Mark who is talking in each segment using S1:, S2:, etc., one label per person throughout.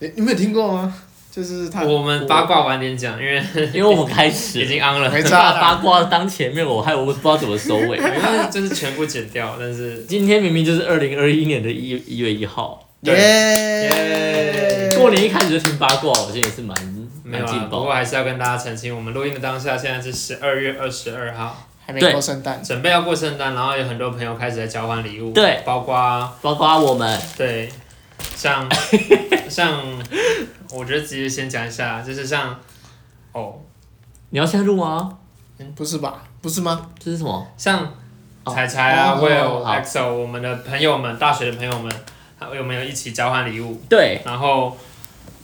S1: 你你没有听过吗？就是 他，
S2: 我们八卦晚点讲，因为
S3: 因为我开始
S2: 已经 on 了，
S1: 没
S3: 你
S1: 差
S3: 把
S1: 啦
S3: 八卦当前面，我害我不知道怎么收 尾。
S2: 没关系就是全部剪掉，但是
S3: 今天明明就是二零二一年的一一月一号，
S1: 耶
S3: 过年一开始就听八卦，我觉得也是蛮
S2: 没
S3: 蛮
S2: 有
S3: 劲
S2: 啊。不
S3: 爆
S2: 过。还是要跟大家澄清，我们录音的当下现在是十二月二十二号，
S1: 还没
S3: 对
S1: 过圣诞，
S2: 准备要过圣诞，然后有很多朋友开始在交换礼物，
S3: 对，
S2: 包括
S3: 包括我们
S2: 对，像像，我觉得直接先讲一下，就是像哦，
S3: 你要先录吗？
S1: 不是吧？不是吗？
S3: 这是什么？
S2: 像
S3: 哦
S2: 彩彩啊、
S1: 哦
S2: Will、
S3: 好
S2: EXO，我们的朋友们，大学的朋友们，还有没有一起交换礼物？
S3: 对，
S2: 然后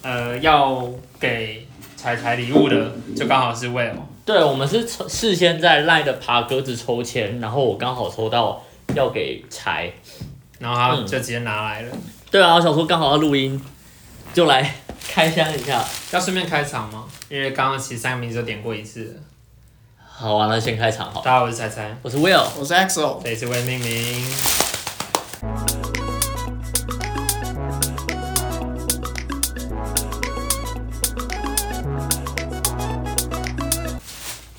S2: 呃，要给彩彩礼物的，就刚好是 Will。
S3: 对，我们是抽事先在 LINE 的爬格子抽签，然后我刚好抽到要给柴。
S2: 然后他
S3: 嗯
S2: 就直接拿来了，
S3: 对啊，我想说刚好要录音，就来开箱一下。
S2: 要顺便开场吗？因为刚刚其实三个名字都点过一次了。
S3: 好啊，那先开场好
S2: 大。家好，我是彩彩，
S3: 我是 Will，
S1: 我是 XO，
S2: 这里是为命名。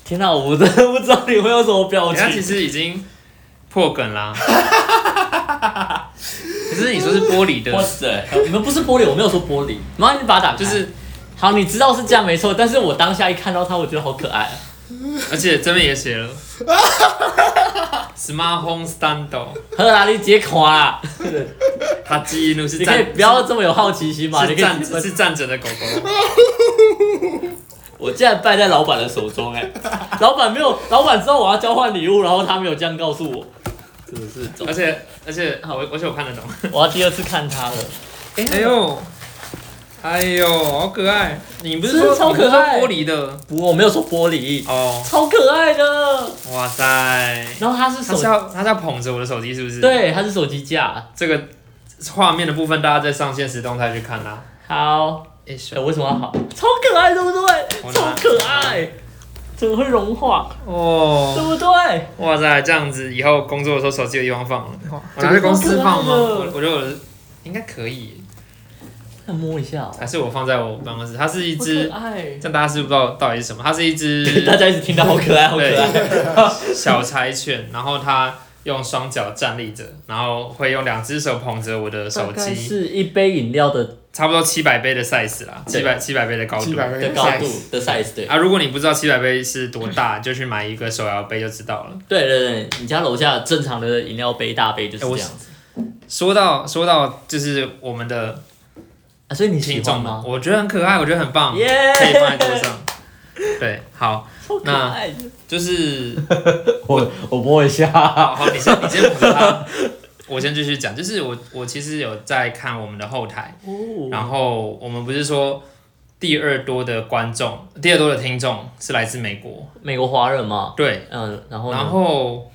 S3: 天哪，我真的不知 道你会有什么表
S2: 人哎家其
S3: 情。
S2: 实已经破梗 啦。可是你说是玻璃
S3: 哇
S2: 的，
S3: 塞，呃你们不是玻璃，我没有说玻璃。麻烦你把它打开。
S2: 就是
S3: 好，你知道是这样没错，但是我当下一看到它，我觉得好可爱啊。
S2: 而且这边也写了，smart home stand，
S3: 赫拉利接垮啦！
S2: 它记忆路是
S3: 你可以
S2: 站
S3: 不要这么有好奇心嘛？
S2: 是
S3: 你可以
S2: 站是站着的狗狗，
S3: 我竟然败在老板的手中哎、老板没有，老板知道我要交换礼物，然后他没有这样告诉我，真的是走
S2: 而且而且好，我而且我看得懂。
S3: 我要第二次看他了。
S2: 哎呦，哎呦，好可爱！你不是
S3: 真
S2: 说
S3: 的超
S2: 你不是
S3: 可爱
S2: 说玻璃的
S3: 不过我没有说玻璃，
S2: 哦？
S3: 超可爱的。
S2: 哇塞，
S3: 然后他是
S2: 他
S3: 手
S2: 是，要他是要捧着我的手机是不是？，
S3: 对，他是手机架。
S2: 这个画面的部分大家在上现实动态去看啦。
S3: 好，
S2: 哎，
S3: 哎、为什么要好？超可爱，对不对？
S2: 我拿
S3: 超可爱，怎么会融化？
S2: 哦
S3: 对不对？
S2: 哇塞，这样子以后工作的时候手机有地方放了，我拿去公司放吗？我我觉得我的应该可以，
S3: 那摸一下、哦，
S2: 还是我放在我办公室。它是一
S3: 好
S2: 只
S3: 可，爱。
S2: 这样大家是不知道到底是什么，它是一
S3: 大
S2: 只
S3: 家一直听到好可爱，好可爱。
S2: 小柴犬，然后它用双脚站立着，然后会用两只手捧着我的手
S3: 大概
S2: 机，
S3: 是一杯饮料的
S2: 差不多七百倍的 size 啦，
S3: 对
S2: 七百七百倍的高度
S1: 七。百倍
S3: 的高度
S1: size
S3: 的 size，对。
S2: 啊，如果你不知道七百倍是多大，就去买一个手摇杯就知道了。
S3: 对对对，你家楼下正常的饮料杯大杯就是这样子、
S2: 说到说到，就是我们的
S3: 啊，所以你喜
S2: 听
S3: 欢
S2: 众们，
S3: 吗？
S2: 我觉得很可爱，我觉得很棒
S3: 耶
S2: 可以放在桌上。对，好，
S3: 超可爱的，
S2: 就是啊
S3: 我我摸一下，
S2: 好好，你先你先捧着它，我先继续讲。就是我我其实有在看我们的后台，
S3: 哦
S2: 然后我们不是说第二多的观众，第二多的听众是来自美国，
S3: 美国华人嘛，
S2: 对，
S3: 嗯，然后呢
S2: 然后。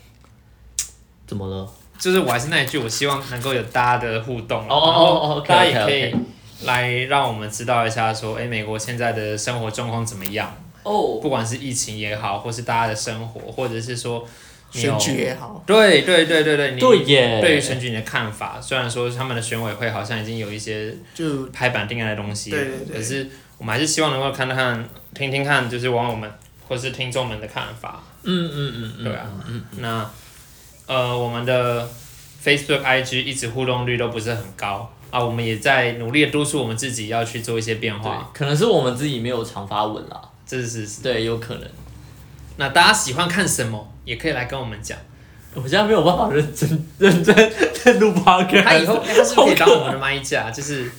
S3: 怎么了？
S2: 就是我还是那一句，我希望能够有大家的互动啦啊
S3: 哦哦
S2: 然后
S3: 哦哦，OK，
S2: 大家也可
S3: OK，OK
S2: 以来让我们知道一下说，诶哎，美国现在的生活状况怎么样？
S3: 哦，
S2: 不管是疫情也好，或是大家的生活，或者是说你有
S1: 选举也好，
S2: 对对对对对，你
S3: 对耶，嗯
S2: 对于选举你的看法，虽然说他们的选委会好像已经有一些
S1: 就
S2: 拍板定案的东西，
S1: 对对对
S2: 可是我们还是希望能够看看、听听看，就是网友们或是听众们的看法，
S3: 嗯嗯嗯嗯，
S2: 对啊，那呃，我们的 Facebook、IG 一直互动率都不是很高啊，我们也在努力的督促我们自己要去做一些变
S3: 对
S2: 化，，
S3: 可能是我们自己没有常发文啦，
S2: 这是事实。
S3: 对，有可能。
S2: 那大家喜欢看什么，也可以来跟我们 讲。
S3: 我现在没有办法认真认真 在录 podcast，
S2: 哎他以后他是不
S3: 超
S2: 是可以当我
S3: 可
S2: 们的麦 架？就是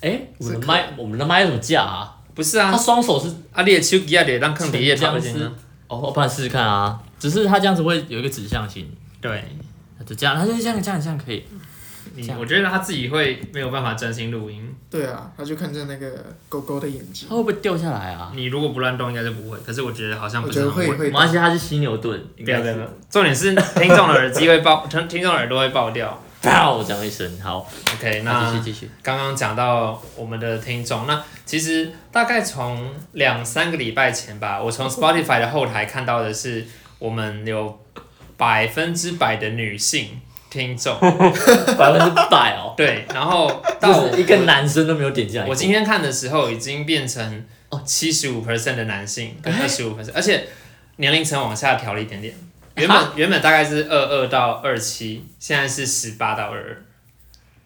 S3: 哎，我们的麦我们的麦怎么架啊？
S2: 不是
S3: 他
S2: 啊？
S3: 双手是
S2: 啊，你的手机啊，得当坑底也
S3: 这
S2: 看不
S3: 样
S2: 见
S3: 子
S2: 啊。，
S3: 哦，不然试试看啊，只是他这样子会有一个指向性。
S2: 对，
S3: 那就这样，他就这样这样这样可以。
S2: 你
S3: 这样
S2: 我觉得他自己会没有办法专心录音。
S1: 对啊，他就看着那个狗狗的眼睛
S3: 它，会不会掉下来啊？
S2: 你如果不乱动，应该就不会。可是我觉得好像
S1: 我
S2: 不
S1: 觉
S2: 是
S1: 得
S2: 很
S1: 会
S2: 稳。
S1: 会
S3: 没关系，它是犀牛盾，应
S2: 不要
S3: 该
S2: 不要不
S3: 是
S2: 要。重点是听众的耳机会爆，听听众耳朵会爆掉。
S3: 爆讲一声，好，
S2: OK，
S3: 啊那
S2: 那
S3: 继续继续。
S2: 刚刚讲到我们的听众，那其实大概从两三个礼拜前吧，我从 Spotify 的后台看到的是，我们有百分之百的女性听众，
S3: 百分之百 哦，
S2: 对，然后到
S3: 就
S2: 我
S3: 是一个男生都没有点进来过。哦
S2: 我今天看的时候已经变成七十五 percent 的男性跟二十五 percent，而且年龄层往下调了一点点。原本原本大概是二二到二七，现在是十八到二二，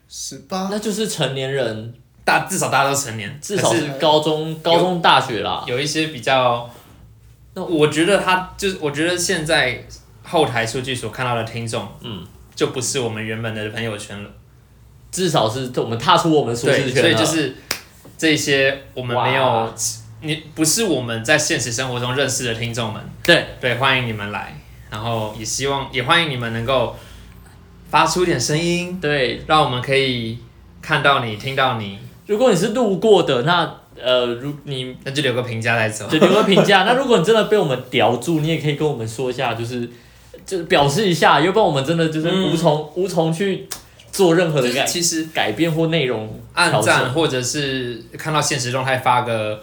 S1: 十八
S3: 那就是成年人，
S2: 大至少大家都成年，
S3: 至少
S2: 可
S3: 是高中、高中、大学啦。
S2: 有一些比较，
S3: 那
S2: 我觉得他就是，我觉得现在后台数据所看到的听众，
S3: 嗯，
S2: 就不是我们原本的朋友圈了，
S3: 至少是我们踏出我们舒
S2: 对，
S3: 适圈
S2: 所
S3: 了。
S2: 以就是这些我们没有
S3: 哇，
S2: 你不是我们在现实生活中认识的听众们，
S3: 对，
S2: 对，欢迎你们来，然后也希望也欢迎你们能够发出一点声音，
S3: 对，
S2: 让我们可以看到你，听到你，
S3: 如果你是路过的，那呃，如你
S2: 那就留个评价再走
S3: 就。留个评 价。那如果你真的被我们屌住，你也可以跟我们说一下，就是就是表示一下，要不然我们真的就是
S2: 嗯
S3: 无从、无从去做任何
S2: 就
S3: 的
S2: 是
S3: 改
S2: 其实
S3: 改变或内容
S2: 暗
S3: 调
S2: 赞
S3: 整。
S2: 或者是看到现实动态发个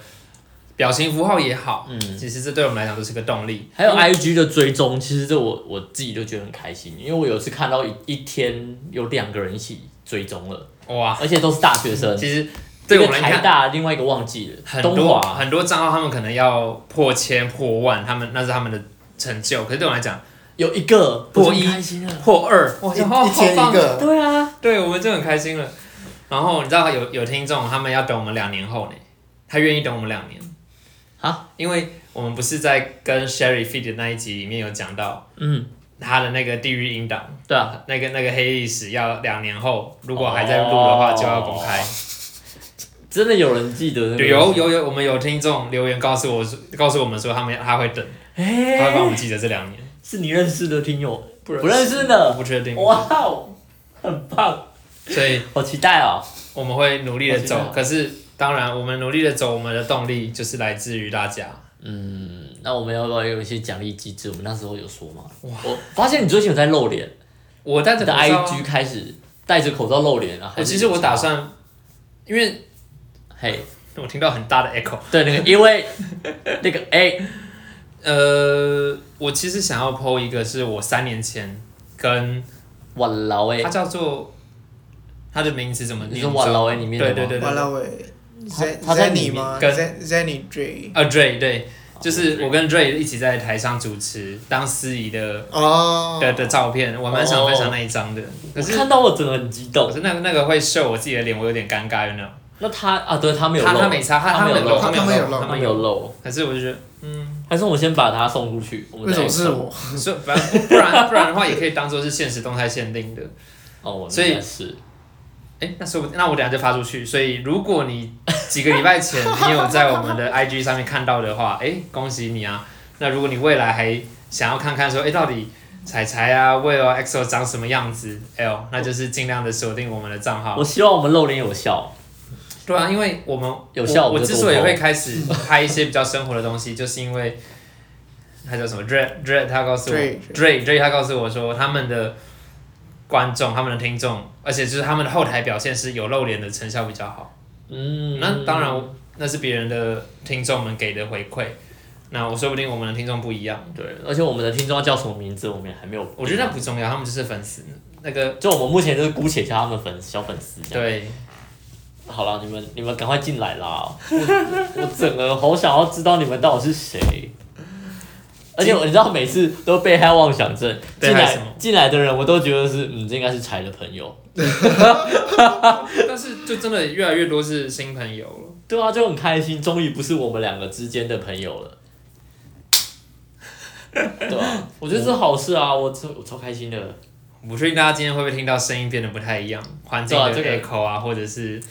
S2: 表情符号也好，
S3: 嗯
S2: 其实这对我们来讲都是个动力。
S3: 还有 I G 的追踪，其实这我我自己就觉得很开心，因为我有一次看到一一天有两个人一起追踪了，
S2: 哇，
S3: 而且都是大学生，
S2: 其实
S3: 嗯一
S2: 对我
S3: 个
S2: 们来
S3: 台
S2: 看，
S3: 大，另外一个忘记了，
S2: 很
S3: 东
S2: 多
S3: 华，
S2: 很多账号他们可能要破千破万，他们那是他们的成就。可是对我来讲，
S3: 有一个
S2: 破
S3: 我就
S2: 一
S3: 开心了，
S2: 破二，哇，
S1: 一
S2: 然后
S1: 一天一，
S2: 好棒
S1: 个，
S3: 对啊，
S2: 对我们就很开心了。然后你知道有有听众他们要等我们两年后呢，他愿意等我们两年
S3: 啊，
S2: 因为我们不是在跟 Sherry Feed 的那一集里面有讲到
S3: 嗯，
S2: 他的那个地狱引导。
S3: 对啊，
S2: 那个那个黑历史要两年后，如果还在录的话，
S3: 哦
S2: 就要公开。
S3: 真的有人记得那个
S2: 有有有，我们有听众留言告诉我说，告诉我们说他们他会 等，他会帮我
S3: 哎，
S2: 们记得这两年。
S3: 是你认识的听友，
S1: 不
S3: 不认识
S2: 我
S3: 的，
S2: 不确定，
S3: 哇哦，很棒，
S2: 所以
S3: 好期待哦，
S2: 我们会努力的
S3: 我知
S2: 走
S3: 道。
S2: 可是当然，我们努力的走，我们的动力就是来自于大家。
S3: 嗯，那我们要不要有一些奖励机制？我们那时候有说吗？我发现你最近有在露脸，
S2: 我戴着
S3: 你的
S2: 口罩啊
S3: IG 开始戴着口罩露脸啊，
S2: 我
S3: 还是
S2: 其实我打算，因为
S3: 嘿，
S2: 我听到很大的 echo，
S3: 对那个，因为那个哎，
S2: 呃，我其实想要 PO 一个是我三年前跟
S3: 我老哎
S2: 他，叫做他的名字怎么
S3: 你
S2: 念？
S3: 说
S2: 知道吗
S3: 我老哎里面的吗
S2: 对对对
S1: 完
S2: 对，
S1: 了喂
S3: 他他在里
S1: ，Zenny
S3: 面
S1: 吗
S2: 啊跟
S1: ？Zenny J
S2: 啊 Dray 对，
S3: 哦
S2: 就是我跟 Dray 一起在台上主持当司仪的
S1: 哦，
S2: 的的照片，我蛮想分享那一张的。可
S3: 哦我
S2: 是
S3: 看到我真的很激动
S2: 可。是那个那个会秀我自己的脸，我有点尴尬，有没有？
S3: 那他啊，对他没有
S2: 他
S3: 露，
S2: 他没擦，他
S3: 他没有
S2: 有露，
S3: 露
S2: 没
S1: 他没
S2: 有
S1: 有
S2: 露，
S1: 露
S2: 他
S3: 他
S2: 没
S3: 没
S2: 有
S3: 有
S2: 露。
S3: 露，
S2: 可是我就觉得，嗯，
S3: 还是我们先把他送出去？我们
S1: 为
S3: 再
S1: 什么是
S3: 送？
S1: 我？
S2: 所以反正不不然不然的话，也可以当做是现实动态限定的。
S3: 哦，我
S2: 所以
S3: 应该是
S2: 哎、那说不定，那我等下就发出去。所以如果你几个礼拜前你有在我们 的 IG 上面看到的话，哎、恭喜你啊！那如果你未来还想要看看说，哎、到底彩彩啊、Will 啊、EXO 长什么样子，L，那就是尽量的锁定我们的账号
S3: 我。希望我们露脸有效。
S2: 对啊，因为我们
S3: 有效
S2: 我，
S3: 我
S2: 我
S3: 就
S2: 之
S3: 多
S2: 所以
S3: 播
S2: 会开 始拍一些比较生活的东西，就是因为他叫什么 Dre Dre，他告诉我
S1: Dre，
S2: Dre Dre，他告诉我说他们的观众、他们的听众，而且就是他们的后台表现是有露脸的成效比较好。
S3: 嗯，
S2: 那当然，那是别人的听众们给的回馈。那我说不定我们的听众不一样，
S3: 对，而且我们的听众要叫什么名字，我们也还没有。
S2: 我觉得那不重要，他们就是粉丝。那个
S3: 就我们目前就是姑且叫他们粉小粉丝这样。
S2: 对，
S3: 好了，你们你们赶快进来啦！ 我我整个好想要知道你们到底是谁。而且我你知道每次都被害妄想症，
S2: 被
S3: 进
S2: 害
S3: 来
S2: 什么
S3: 进来的人我都觉得是，嗯，这应该是柴的朋友。
S2: 但是就真的越来越多是新朋友了。
S3: 对啊，就很开心，终于不是我们两个之间的朋友 了。对啊，我觉得这好事啊，我超我超开心的。
S2: 我确定大家今天会不会听到声音变得不太一样，环境的
S3: 对啊这个
S2: echo 啊，或者是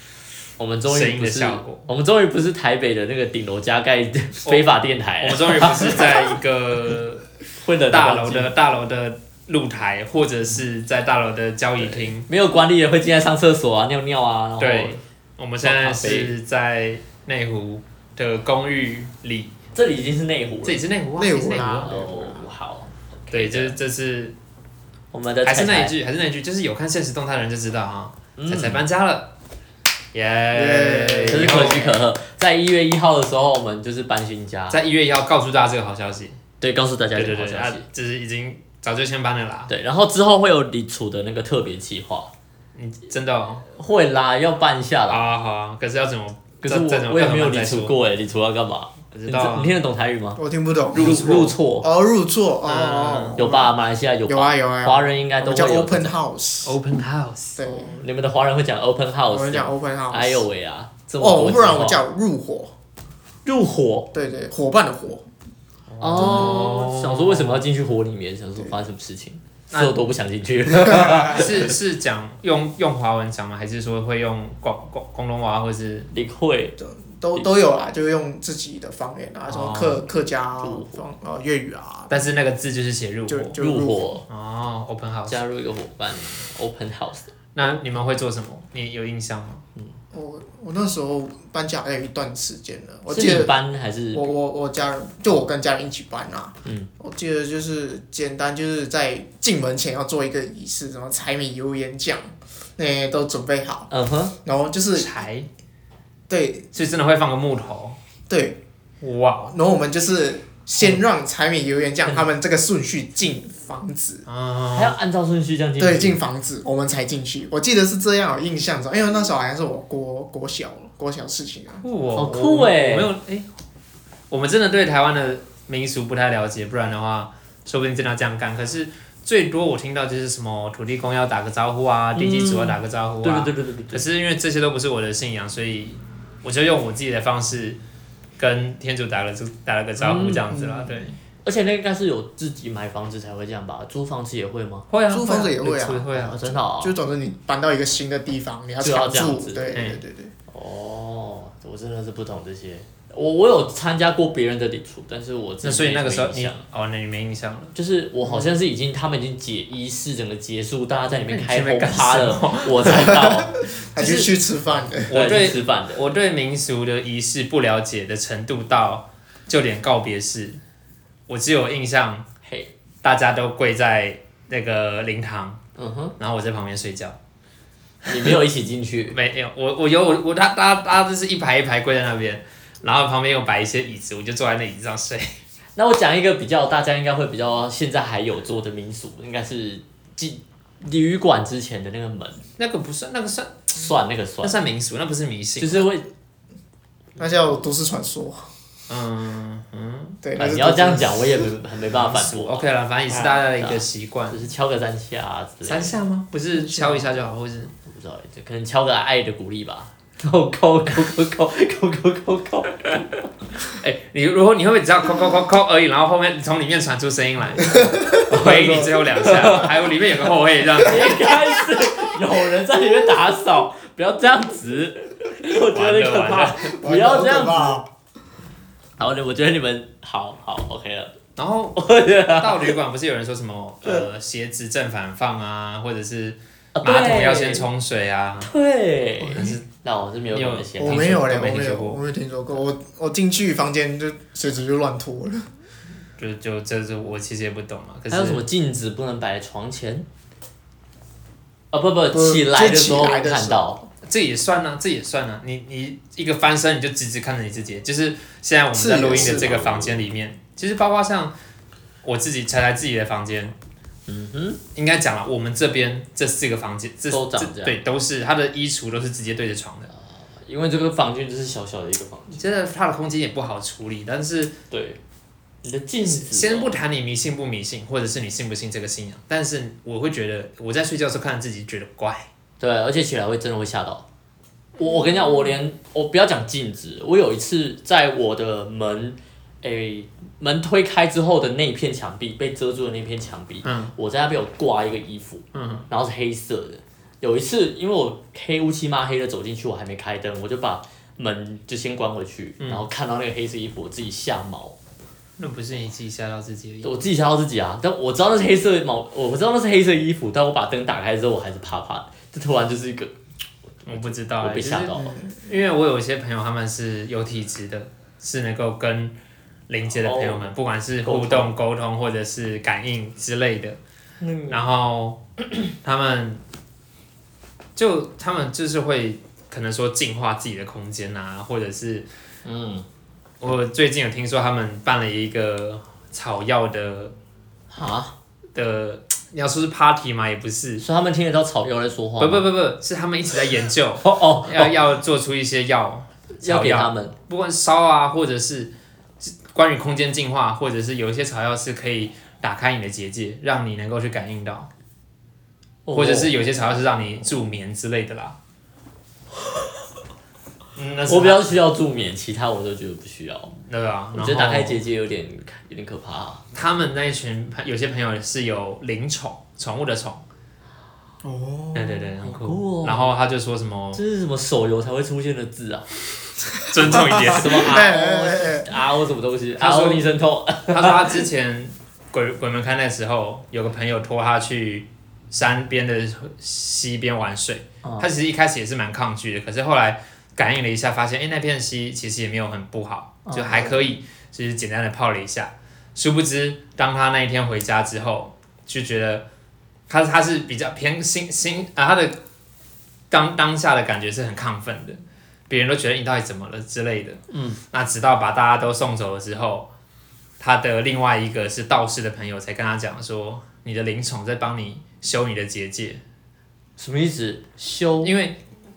S3: 我们终
S2: 声
S3: 于
S2: 音
S3: 不
S2: 的
S3: 是
S2: 效果，哦
S3: 我们终于不是台北的那个顶楼加盖非法电台
S2: 我
S3: 了
S2: 们，终于不是在一 个
S3: 混的
S2: 哎哦大楼的大楼的露台，或者是在大楼的交易厅。
S3: 没有管理员会进来上厕所啊、尿尿啊，然后
S2: 对我们现在是在内湖的公寓里，
S3: 这里已经是内湖了。
S2: 这里是内湖啊，
S1: 内湖
S2: 这里是内湖
S1: 啦
S2: 啊。
S3: 哦，好，
S2: 对，就是这是
S3: 我们的
S2: 还是
S3: 菜菜
S2: 那一句，还是那一句，就是有看现实动态的人就知道啊，
S3: 嗯
S2: 彩彩搬家了，耶！
S1: 耶
S3: 真是
S2: 以后
S3: 可喜可贺。在一月一号的时候，我们就是搬新家，
S2: 在一月一号告诉大家这个好消息。
S3: 对，告诉大家
S2: 对对
S3: 这个好
S2: 对，
S3: 消
S2: 啊
S3: 息。，
S2: 就是已经早就先搬了啦。
S3: 对，然后之后会有李楚的那个特别企划，
S2: 你真的哦，
S3: 会啦，要办一下
S2: 好
S3: 啦。
S2: 啊好啊，可是要怎么？
S3: 可
S2: 再
S3: 是
S2: 再怎
S3: 我
S2: 么
S3: 我也没有
S2: 再
S3: 李
S2: 怎么办再
S3: 楚
S2: 说
S3: 过哎，李楚要干嘛？
S2: 不
S3: 你
S2: 知道啊
S3: 你听得懂台语吗？
S1: 我听不懂。
S3: 入入错
S1: 哦，入座哦哦，哦
S3: 有？吧？马来西亚有吧
S1: 有啊有啊有啊
S3: 华人应该
S1: 我
S3: 都
S1: 们
S3: 会
S1: 叫
S3: 有
S1: open house。
S2: Open House，
S1: 对，
S3: 你们的华人会讲 open
S1: 我们
S3: house，
S1: 讲 open house。
S3: 哎呦喂啊，这么
S1: 哦，
S3: 多
S1: 不然我
S3: 字
S1: 们
S3: 哦
S1: 叫入伙。
S3: 入伙
S1: 对对，伙伴的伙。
S3: 哦，想说为什么要进去火里面？想说发生什么事情，这我都不想进去。
S2: 是是讲用用华文讲吗？还是说会用广广广东话，或是
S3: 你会
S1: 对都都有啦，就用自己的方言啊，什么客客家啊
S3: 入
S1: 方啊粤语啊，
S2: 但是那个字就是写入
S1: 就
S2: 伙
S1: 就
S3: 入
S1: 伙。
S3: 伙，
S2: 哦，Open House。
S3: 加入一个伙伴 open house。
S2: 那你们会做什么？你有印象吗？
S1: 我我那时候搬家还有一段时间了，我
S3: 是
S1: 记
S3: 你
S1: 得
S3: 班还是
S1: 我我我家人就我跟家人一起搬啊。嗯，我记得就是简单，就是在进门前要做一个仪式，什么柴米油盐酱那些都准备好，
S3: 嗯哼？
S1: 然后就是
S2: 柴，
S1: 对
S2: 所以真的会放个木头。
S1: 对，
S2: 哇，
S1: 然后我们就是先让柴米油盐
S3: 嗯
S1: 酱他们这个顺序进房子。
S2: 啊、
S3: 还要按照顺序这样进去？
S1: 对，进房子我们才进去。我记得是这样，有印象中，因为那时候好像是我国国小国小事情啊。
S2: 酷哦，
S3: 好酷欸
S2: 我没有哎、我们真的对台湾的民俗不太了解，不然的话，说不定真的要这样干。可是最多我听到就是什么土地公要打个招呼啊，地基主要打个招呼啊。
S3: 嗯对对对对对
S2: 可
S3: 对。
S2: 是因为这些都不是我的信仰，所以我就用我自己的方式跟天主打了打了个招
S3: 嗯
S2: 呼，这样子啦。对，
S3: 而且那个应该是有自己买房子才会这样吧？租房子也会吗？
S2: 会啊，
S1: 租房子也会啊
S2: 会会啊。
S3: 啊，真的啊。
S1: 就总之你搬到一个新的地方，你要
S3: 就要
S1: 常
S3: 这样
S1: 住。
S3: 子
S1: 对对
S2: 嗯
S1: 对对，
S3: 哦，我真的是不懂这些。我我有参加过别人的礼处，但是我自己
S2: 那所以那个时候
S3: 没印
S2: 你
S3: 象
S2: 哦，那你没印象了。
S3: 就是我好像是已经他们已经解一式整个结束，大家在里面开
S2: 那嗯你去那边
S3: 轰
S2: 干
S3: 趴
S2: 什
S3: 了，我才到，
S1: 还是去吃饭的。
S2: 我
S3: 对
S2: 对
S3: 去吃饭的。
S2: 我对民俗的仪式不了解的程度到，就连告别式，我只有印象
S3: 嘿，
S2: 大家都跪在那个灵堂，
S3: 嗯哼，
S2: 然后我在旁边睡觉。
S3: 你没有一起进去，
S2: 没有，我我有我我他大家大家就是一排一排跪在那边，然后旁边有摆一些椅子，我就坐在那椅子上睡。
S3: 那我讲一个比较大家应该会比较现在还有做的民俗，应该是进旅馆之前的那个门
S2: 那个不算，那个算
S3: 算那个
S2: 那
S3: 算，
S2: 算民俗，那不是迷信。
S3: 就是会
S1: 那叫都市传说。
S2: 嗯嗯，
S1: 对，
S3: 啊
S1: 那是
S3: 你要
S1: 都市
S3: 这样讲，我也没很没办法
S2: 民
S3: 反
S2: 俗
S3: 驳，
S2: OK 了，反正也是大家的一个习惯
S3: 就。是敲个三下啊之类的
S2: 三，下吗？不是敲一下就好，或是
S3: 我不知道，哎就可能敲个爱的鼓励吧。扣扣扣扣扣扣扣扣扣，
S2: 哎、你如果你会不会只要扣扣扣扣而已，然后后面从里面传出声音 来，回你最后两下，还有里面有个后卫这样子，
S3: 应该是有人在里面打扫，不要这样子，我觉得
S2: 完了
S3: 可
S2: 完
S3: 怕
S2: 了，
S3: 不要这样
S1: 哇好可怕哦
S3: 子。好，我觉得你们好好 OK 了。
S2: 然 后到旅馆不是有人说什么呃鞋子正反放啊，或者是
S3: 啊
S2: 马桶要先。冲水啊，
S3: 对对，
S2: 但是
S3: 那我是没有
S2: 你有
S3: 懂这些。
S1: 我没有嘞，哦
S2: 都没
S1: 我没
S2: 听说
S1: 有，
S2: 过
S1: 我没有听说过。我我进去房间就随手就乱脱了。
S2: 就就这是我其实也不懂啊嘛。可是
S3: 还有什么镜子不能摆在床前？啊不不，
S1: 不
S3: 起来的时候
S1: 就起来的时候
S3: 看到，
S2: 这也算啊，这也算啊。你你一个翻身，你就直直看着你自己，就是现在我们在录音的这个房间里面，其实包括像我自己才来自己的房间，
S3: 嗯哼，
S2: 应该讲了，我们这边这四个房间，这
S3: 都长
S2: 这
S3: 这样
S2: 对，都是它的衣橱都是直接对着床的。
S3: 因为这个房间就是小小的一个房间。
S2: 真的，它的空间也不好处理。但是
S3: 对，你的镜子。
S2: 先不谈你迷信不迷信，或者是你信不信这个信仰，但是我会觉得我在睡觉的时候看着自己觉得怪。
S3: 对，而且起来会真的会吓到。我我跟你讲，我连我不要讲镜子，我有一次在我的门，诶、门推开之后的那一片墙壁被遮住的那片墙壁，
S2: 嗯
S3: 我在那边有挂一个衣服，
S2: 嗯，
S3: 然后是黑色的。有一次，因为我黑乌漆嘛黑的走进去，我还没开灯，我就把门就先关回去，
S2: 嗯
S3: 然后看到那个黑色衣服，我自己吓毛，
S2: 那不是你自己吓到自己而已。
S3: 我自己吓到自己啊！但我知道那是黑色毛，我知道那是黑色衣服，但我把灯打开之后，我还是怕怕的。这突然就是一个
S2: 我不知道、
S3: 我
S2: 欸，
S3: 被
S2: 就是
S3: 吓到了。
S2: 因为我有一些朋友他们是有体质的，是能够跟临界的朋友们，
S3: 哦
S2: 不管是互动、沟通或者是感应之类的，
S3: 嗯
S2: 然后他们就他们就是会可能说净化自己的空间啊，或者是
S3: 嗯，
S2: 我最近有听说他们办了一个草药的
S3: 啊，
S2: 的，你要说是 party 嘛，也不是，
S3: 所以他们听得到草药在说话
S2: 不
S3: 吗。
S2: 不不不，是他们一直在研究，
S3: 哦哦，
S2: 要要做出一些药，
S3: 要
S2: 草
S3: 给他
S2: 药，
S3: 们
S2: 不管是烧啊，或者是关于空间净化，或者是有一些草药是可以打开你的结界，让你能够去感应到，
S3: 哦
S2: 或者是有些草药是让你助眠之类的 啦。嗯，那是
S3: 我比较需要助眠，其他我都觉得不需要。
S2: 对啊，
S3: 我
S2: 然
S3: 觉
S2: 后
S3: 得打开结界有点有点可怕、啊。
S2: 他们那一群朋有些朋友是有灵宠，宠物的宠，
S1: 哦，
S2: 对对对，很
S3: 好酷
S2: 酷。
S3: 哦
S2: 然后他就说什么
S3: 这是什么手游才会出现的字啊？
S2: 尊重一点，
S3: 什么啊
S1: 哎哎哎
S3: RO RO 哦什么东西啊
S2: 他说
S3: ？RO 逆渗透。
S2: 他说他之前鬼鬼门开那时候，有个朋友拖他去山边的溪边玩水，
S3: 嗯
S2: 他其实一开始也是蛮抗拒的，可是后来感应了一下，发现哎、诶那片溪其实也没有很不好，就还可以，就是简单的泡了一下。殊不知，当他那一天回家之后，就觉得他他是比较偏心心啊，他的当当下的感觉是很亢奋的，别人都觉得你到底怎么了之类的。嗯，那直到把大家都送走了之后，他的另外一个是道士的朋友才跟他讲说，你的灵宠在帮你修你的结界，
S3: 什么意思？修
S2: 因为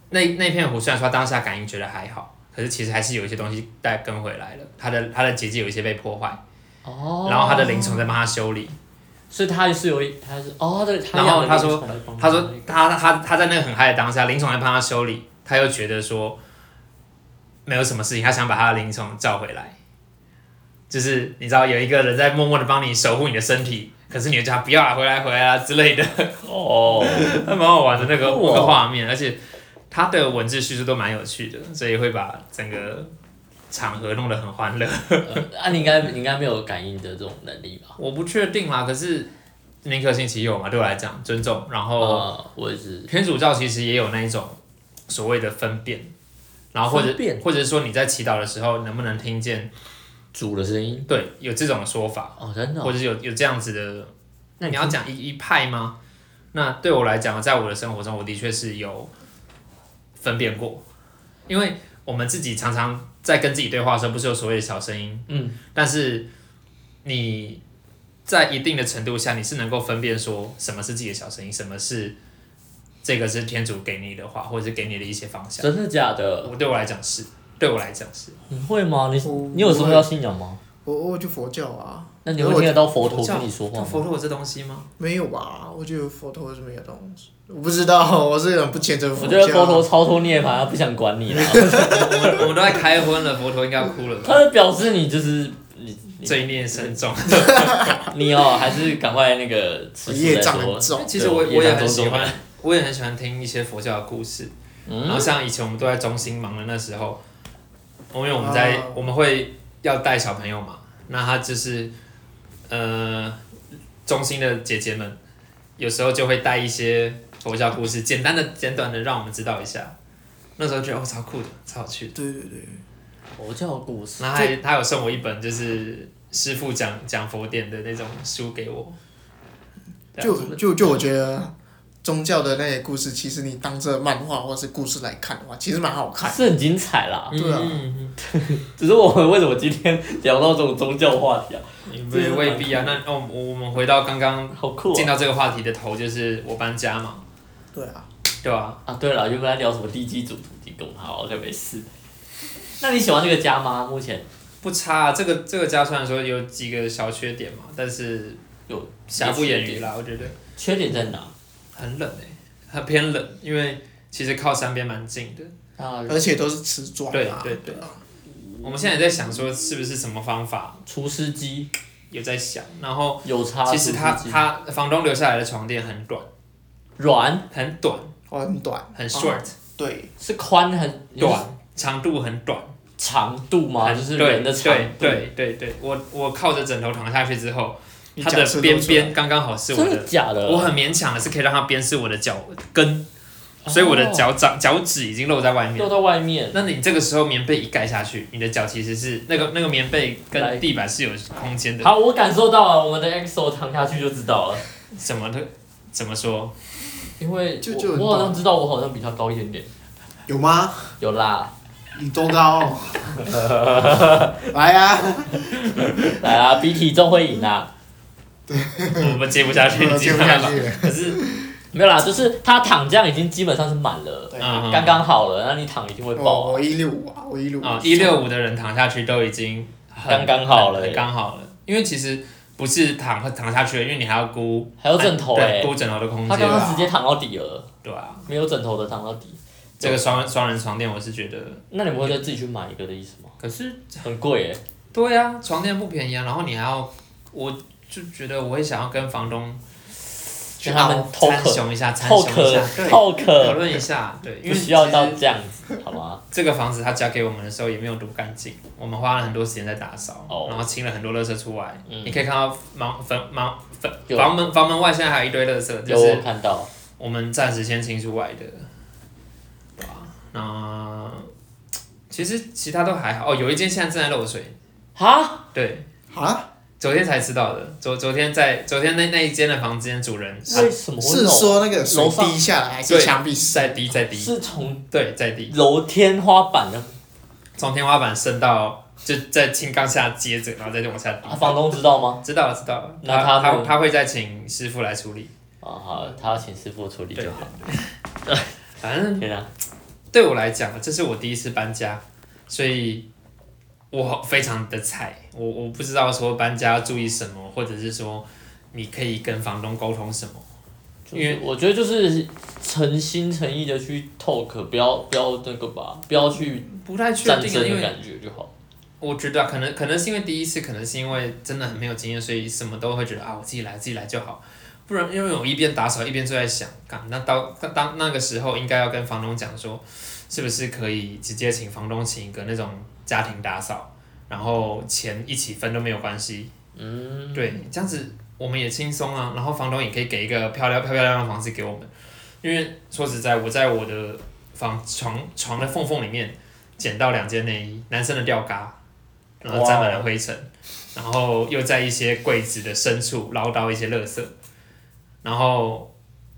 S2: 那那片湖虽然说他当下感应觉得还好，可是其实还是有一些东西带跟回来了，他的他的结界有一些被破坏，
S3: 哦，
S2: 然后他的灵宠在帮他修理。
S3: 所以他是有一，他是哦，他的他
S2: 然后
S3: 养的
S2: 他说
S3: 灵宠在帮
S2: 他说
S3: 那个
S2: 他他他在那个很嗨的当下，林宠来帮他修理，他又觉得说没有什么事情，他想把他的林宠召回来。就是你知道有一个人在默默的帮你守护你的身体，可是你又叫他不要啊，回来回来啊之类的，
S3: 哦，
S2: 还 蛮好玩的那个
S3: 哇
S2: 那个画面，而且他的文字叙述都蛮有趣的，所以会把整个场合弄得很欢乐。
S3: 啊，你应该你应该没有感应的这种能力吧？
S2: 我不确定啦，可是宁可信其有嘛，对我来讲尊重，然后。
S3: 哦，我也是，
S2: 天主教其实也有那一种所谓的分辨，然后或者
S3: 分辨
S2: 或者说你在祈祷的时候能不能听见，
S3: 主的声音
S2: 对，有这种说法，
S3: 哦，真的哦、
S2: 或者是有有这样子的。那
S3: 那你
S2: 你要讲一一派吗？那对我来讲，在我的生活中，我的确是有分辨过，因为我们自己常常在跟自己对话的时候，不是有所谓的小声音，
S3: 嗯，
S2: 但是你在一定的程度下，你是能够分辨说什么是自己的小声音，什么是这个是天主给你的话，或者是给你的一些方向。
S3: 真的假的？
S2: 我对我来讲是，对我来讲是。
S3: 你会吗？你
S1: 我
S3: 你有什么要信仰吗？
S1: 我我就佛教啊，
S3: 那你会听得到佛陀跟你说话
S2: 那
S3: 吗？
S2: 佛陀有这东西吗？
S1: 没有吧？我觉得佛陀是没有东西，我不知道，我是很不虔诚
S3: 我
S1: 佛
S3: 觉
S1: 教。啊
S3: 得佛陀超脱涅槃，他不想管你 了。
S2: 我们我们都在开荤了，佛陀应该要哭了吧？
S3: 他就表示你就是你你
S2: 罪孽深重。
S3: 你哦，还是赶快那个吃素
S1: 业
S3: 再
S1: 障
S3: 说
S1: 很。重，
S2: 其实我
S3: 对
S2: 我
S3: 业
S2: 也
S3: 障
S2: 很
S3: 重
S2: 喜
S3: 重
S2: 欢，我也很喜欢听一些佛教的故事。
S1: 嗯
S2: 然后像以前我们都在中心忙的那时候，因为我们在、
S1: 哦
S2: 我们会要带小朋友嘛，那他就是呃中心的姐姐们有时候就会带一些佛教故事，简单的简短的让我们知道一下。那时候觉得哦超酷的，超有趣的。
S1: 对对对，
S3: 佛教故事
S2: 然后还他有送我一本就是师傅讲讲佛典的那种书给我，对啊
S1: 就就就我觉得宗教的那些故事，其实你当这漫画或是故事来看的话，其实蛮好看。
S3: 是很精彩啦。
S1: 对啊
S2: 嗯
S3: 只是我们为什么今天聊到这种宗教话题啊？
S2: 也不是未必啊。那那我们我们回到刚刚
S3: 好酷
S2: 进
S3: 啊！
S2: 到这个话题的头就是我搬家嘛，
S1: 对啊，
S2: 对吧、
S3: 啊，对了，原本在聊什么地基主土地公，好像没事。那你喜欢这个家吗？目前
S2: 不差、啊，这个这个家虽然说有几个小缺点嘛，但是
S3: 有
S2: 瑕不掩瑜啦，我觉得
S3: 缺点在哪？
S2: 很冷诶、很偏冷，因为其实靠山边蛮近的。
S3: 那
S1: 而且都是瓷砖啊，
S2: 对对对
S1: 啊
S2: 我们现在也在想说是不是什么方法
S3: 除湿机
S2: 有在想，然后
S3: 有差除
S2: 其
S3: 湿机，
S2: 实他他房东留下来的床垫很短，
S3: 软
S2: 很短，
S1: 哦很短，
S2: 很 short，、
S1: 对，
S3: 是宽很
S2: 短，长度很短。
S3: 长度吗？
S2: 很
S3: 就是人的长度。
S2: 对对对对，我我靠着枕头躺下去之后，
S1: 你
S2: 它
S1: 假设
S2: 的
S1: 都出
S2: 边
S1: 来呃
S2: 边刚刚好是我
S3: 真的
S2: 的，
S3: 假的？
S2: 我很勉强的是可以让它边是我的脚跟，所以我的脚掌脚趾已经露在外
S3: 掉
S2: 面。
S3: 到外面，
S2: 那你这个时候棉被一盖下去，你的脚其实是那个那个棉被
S3: 来
S2: 跟地板是有空间的，
S3: 好，我感受到了，我们的 XO 躺下去就知道了，
S2: 怎么的？怎么说？
S3: 因为
S1: 就就
S3: 我
S1: 很
S3: 我好像知道，我好像比他高一点点，
S1: 有吗？
S3: 有啦，
S1: 你多高、 来啊，
S3: 来啊，比体重会赢啊，
S2: 我们接不下去，
S1: 接不
S2: 没办
S1: 下
S2: 法
S1: 去了。
S2: 可是，
S3: 没有啦，
S1: 嗯
S3: 就是它躺这样已经基本上是满了，
S1: 对
S2: 嗯，
S3: 刚刚好了，那你躺一定会
S1: 我
S3: 爆啊。
S1: 我一六五啊，我一六
S2: 啊，一六五的人躺下去都已经很
S3: 刚刚好了
S2: 很刚好了。因为其实不是躺躺下去的，因为你还要估
S3: 还有枕头
S2: 对
S3: 哎、
S2: 估枕头的空
S3: 他
S2: 间
S3: 刚
S2: 啊，
S3: 刚直接躺到底了，
S2: 对啊。
S3: 没有枕头的躺到底。
S2: 这个双双人床垫，我是觉得，
S3: 那你不会再自己去买一个的意思吗？
S2: 可是
S3: 很贵哎、
S2: 对啊，床垫不便宜啊，然后你还要，我就觉得我会想要跟房东去
S3: 跟他们
S2: 凹
S3: 偷
S2: 参
S3: 壳
S2: 详一下，参
S3: 透
S2: 详一
S3: 壳
S2: 下，对，
S3: 透
S2: 讨
S3: 壳，
S2: 论一下，对，因
S3: 不
S2: 为
S3: 需要到
S2: 其实
S3: 这样子，嗯好吗？
S2: 这个房子他交给我们的时候也没有多干净，我们花了很多时间在打扫，
S3: 哦
S2: 然后清了很多垃圾出来。
S3: 嗯
S2: 你可以看到房房房房
S3: 有
S2: 房门房门外现在还有一堆垃圾，就
S3: 有我
S2: 是
S3: 看到，
S2: 我们暂时先清出来的。对啊，那其实其他都还好。哦，有一间现在正在漏水，
S3: 哈，
S2: 对，
S1: 啊，
S2: 昨天才知道的。昨昨天在昨天那那一间的房间主人他
S3: 为什么会
S1: 是
S3: 漏
S1: 说那个水
S3: 楼上
S1: 滴下来还是
S2: 对
S1: 墙壁
S2: 在滴在滴，
S3: 是从
S2: 对，在滴，
S3: 楼天花板的？
S2: 从天花板渗到就在轻钢下接着，然后再往下滴
S3: 啊。房东知道吗？
S2: 知道了，知道了。
S3: 那
S2: 他
S3: 他
S2: 他
S3: 会
S2: 他会再请师傅来处理。
S3: 啊，好，他要请师傅处理就好。
S2: 反正
S3: 天啊，
S2: 对我来讲，这是我第一次搬家，所以我非常的菜。我我不知道说搬家要注意什么，或者是说你可以跟房东沟通什么。
S3: 就
S2: 因
S3: 是我觉得就是诚心诚意的去 talk，不要不要那个吧，不要去
S2: 不太确
S3: 战
S2: 定啊，
S3: 争
S2: 因
S3: 的
S2: 为
S3: 感觉就好。
S2: 我觉得啊可能可能是因为第一次，可能是因为真的很没有经验，所以什么都会觉得啊，我自己来自己来就好。不然，因为我一边打扫一边就在想，干那到当当那个时候应该要跟房东讲说，是不是可以直接请房东请一个那种家庭打扫，然后钱一起分都没有关系。嗯，对，这样子我们也轻松啊，然后房东也可以给一个漂亮漂漂亮亮的房子给我们。因为说实在，我在我的房床床的缝缝里面捡到两件内衣，男生的吊嘎，然后沾满了灰尘，然后又在一些柜子的深处捞到一些垃圾，然后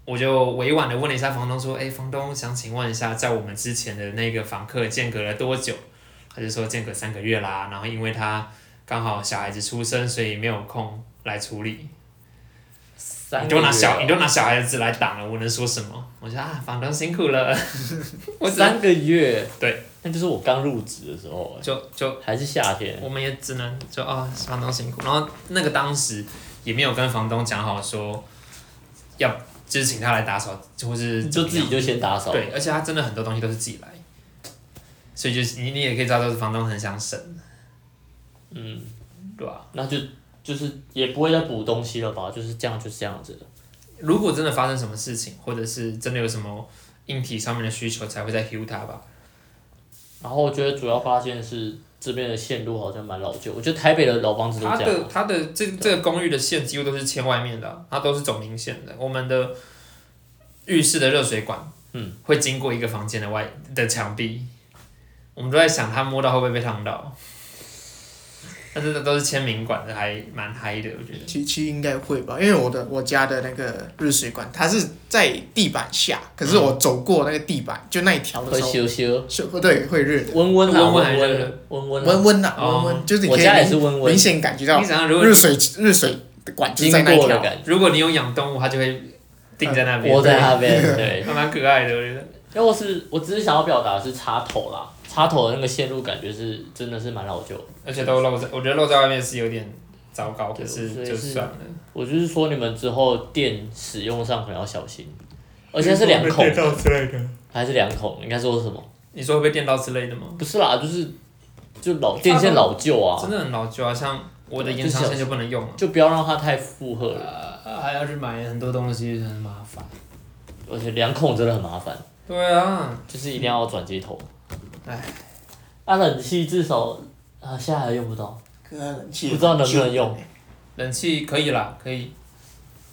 S2: 我就委婉的问了一下房东说：“哎，房东想请问一下，在我们之前的那个房客间隔了多久？”他就说间隔三个月啦，然后因为他刚好小孩子出生，所以没有空来处理。
S3: 三
S2: 你就
S3: 个月
S2: 拿小，你
S3: 哦，
S2: 就拿小孩子来挡了，我能说什么？我说啊，房东辛苦了，我只能
S3: 三个月，
S2: 对，
S3: 那就是我刚入职的时 候，
S2: 就就
S3: 还是夏天。
S2: 我们也只能就啊、房东辛苦。然后那个当时也没有跟房东讲好说要就是请他来打扫，或是
S3: 就自己就先打扫，
S2: 对，而且他真的很多东西都是自己来，所以就是你你也可以知道，就是房东很想省，
S3: 嗯，
S2: 对啊吧、
S3: 那就就是也不会再补东西了吧，就是这样，就是这样子的。
S2: 如果真的发生什么事情，或者是真的有什么硬体上面的需求，才会再 h e a 他吧。
S3: 然后我觉得主要发现是这边的线路好像蛮老旧，我觉得台北的老房子都
S2: 它
S3: 这样
S2: 的
S3: 啊，
S2: 它的这这个公寓的线几乎都是牵外面的啊，它都是走明线的。我们的浴室的热水管，
S3: 嗯，
S2: 会经过一个房间的外的墙壁，我们都在想它摸到会不会被烫到。但是都是签名管的，还蛮嗨的，我觉得。
S1: 其其实应该会吧，因为我的我家的那个热水管，它是在地板下，可是我走过那个地板，就那一条的
S3: 嗯啊会
S1: 时候，
S3: 修修，
S1: 是不对，会热的，
S3: 温温啊，
S2: 温温还
S3: 温
S2: 是
S3: 温温温啊
S1: 温温呐，
S2: 哦
S1: 温温，就是你
S3: 我
S1: 可以
S3: 家也
S1: 明
S3: 是温温
S1: 明，显感觉到
S2: 你想想，如果
S1: 热水热水的管就
S3: 经
S1: 在那一
S3: 过的
S1: 条，
S3: 感
S2: 如果你有养动物，它就会定在那
S3: 觉，
S2: 边，
S3: 窝在那边， 对。
S2: 还蛮可爱的，我觉得。
S3: 因为我是我只是想要表达的是插头啦，插头的那个线路感觉是真的是蛮老旧。
S2: 而且都露在，我觉得露在外面是有点糟糕，可
S3: 对
S2: 是
S3: 所以
S2: 就是算了。
S3: 我就是说你们之后电使用上可能要小心，而且它是两 孔
S2: 会被电到之类的。
S3: 还是两孔？应该说什么？
S2: 你说会被电到之类的吗？
S3: 不是啦，就是就老电线老旧啊
S2: 真，的很老旧啊，像我的延长线就不能用了、
S3: 就不要让它太负荷了，
S2: 呃还要去买很多东西，很麻烦。
S3: 而且两孔真的很麻烦，
S2: 对啊，
S3: 就是一定要转接头。
S2: 唉，
S3: 啊，冷气至少啊现在还用不到，
S1: 冷气
S3: 不知道能不能用，
S2: 冷气可以啦，可以。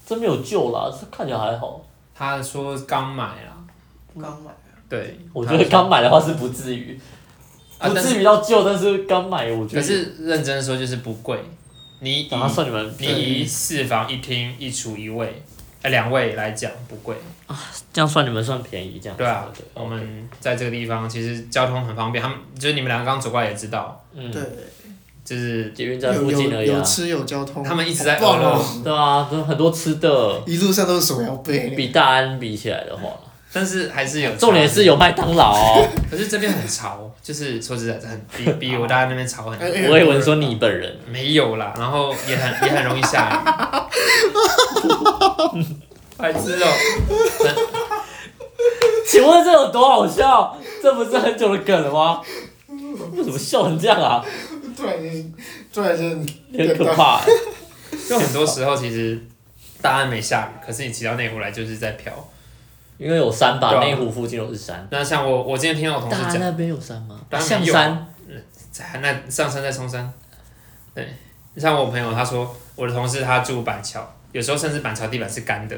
S3: 真没有救啦，这看起来还好。
S2: 他说刚买啦，
S1: 欸刚买，
S2: 对，
S3: 我觉得刚买的话是不至于，
S2: 啊
S3: 不
S2: 但是
S3: 至于到旧，但是刚买我觉
S2: 可
S3: 得。
S2: 是认真说就是不贵。你以
S3: 等下算你们
S2: 你
S3: 便宜，
S2: 以四房一厅一厨一卫，呃两卫来讲不贵。
S3: 这样算你们算便宜这样子。
S2: 对啊，
S3: 对
S2: 我们在这个地方其实交通很方便，他们就是你们两个刚走过来也知道，
S3: 嗯，
S1: 对，
S2: 就是
S3: 捷运站
S1: 有
S3: 附近
S1: 有
S3: 而已啊
S1: 有。吃有交通，
S2: 他们一直在
S1: 好棒
S2: 饿
S1: 哦，
S3: 对啊，都很多吃的，
S1: 一路上都是手摇杯，
S3: 比大安比起来的话，
S2: 但是还是有。
S3: 重点是，有麦当劳哦。
S2: 可是这边很潮，就是说实在，很 比比我大家那边潮很多。
S1: 哎
S3: 我以为说你本人，
S2: 没有啦，然后也很也很容易下 雨。白痴哦、
S3: 请问这有多好笑？这不是很久的梗了吗？为什么笑成这样啊？
S1: 突然间突然间
S3: 有点可怕、欸。
S2: 就很多时候其实大安没下雨，可是你骑到内湖来就是在飘。
S3: 因为有山吧，
S2: 对啊
S3: 内湖附近都是山。
S2: 那像我，我今天听到我同事
S3: 大安
S2: 讲，
S3: 那边有山吗？
S2: 当然
S3: 象
S2: 有
S3: 山
S2: 在那上山在冲山，对，像我朋友他说，我的同事他住板桥，有时候甚至板桥地板是干的，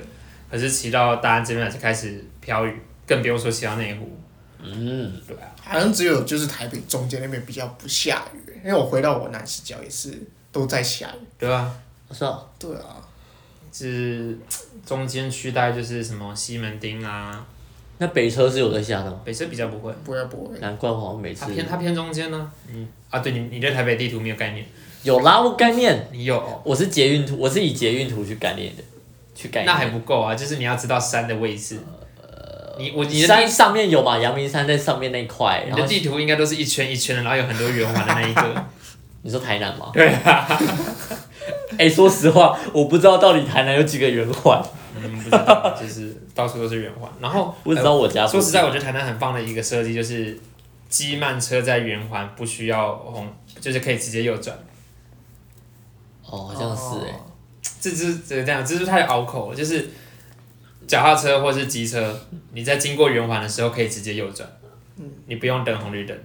S2: 可是骑到大安这边来就开始飘雨，更不用说骑到内湖。嗯，对啊，
S1: 好像只有就是台北中间那边比较不下雨，因为我回到我南市角也是都在下雨。
S2: 对啊，
S3: 是啊，
S1: 对啊，
S2: 就是中间区大概就是什么西门町啊，
S3: 那北车是有在下的吗？
S2: 北车比较不会，
S1: 不会不会，
S3: 难怪我好像每次
S2: 它啊偏它偏中间呢、嗯啊，对你你对台北地图没有概念，
S3: 有啦，我概念，
S2: 你有哦、
S3: 我是捷运图，我是以捷运图去概念的，去概念。
S2: 那还不够啊，就是你要知道山的位置。你我你的
S3: 山上面有嘛？阳明山在上面那一块，
S2: 你
S3: 然
S2: 的
S3: 后
S2: 地图应该都是一圈一圈的，然后有很多圆环的那一个。
S3: 你说台南吗？
S2: 对啊，
S3: 哎、说实话，我不知道到底台南有几个圆环，
S2: 嗯，不知道，就是到处都是圆环。然后
S3: 我只知道我家、
S2: 呃说实在，，我觉得台南很棒的一个设计就是，机慢车在圆环不需要红，就是可以直接右转。
S3: 哦，好像是哎、
S1: 哦
S2: 这只这这样，这是太拗口了，就是脚踏车或是机车，你在经过圆环的时候可以直接右转，你不用等红绿灯。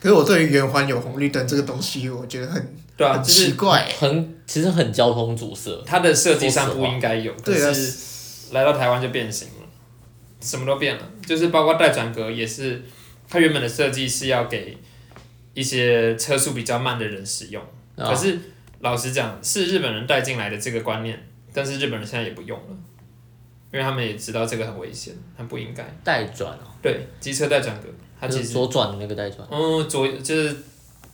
S1: 可是我对于圆环有红绿灯这个东西，我觉得很
S2: 对啊，
S1: 很
S2: 就
S1: 奇
S2: 是
S1: 怪欸。
S3: 很其实很交通阻塞。
S2: 它的设计上不应该有，可
S1: 对啊
S2: 是来到台湾就变形了，什么都变了，就是包括带转格也是，它原本的设计是要给一些车速比较慢的人使用，
S3: 啊
S2: 可是老实讲，是日本人带进来的这个观念，但是日本人现在也不用了，因为他们也知道这个很危险，很不应该。
S3: 带转哦，
S2: 对，机车带转格，它
S3: 就
S2: 其
S3: 是
S2: 实
S3: 左转的那个带转。
S2: 嗯左就是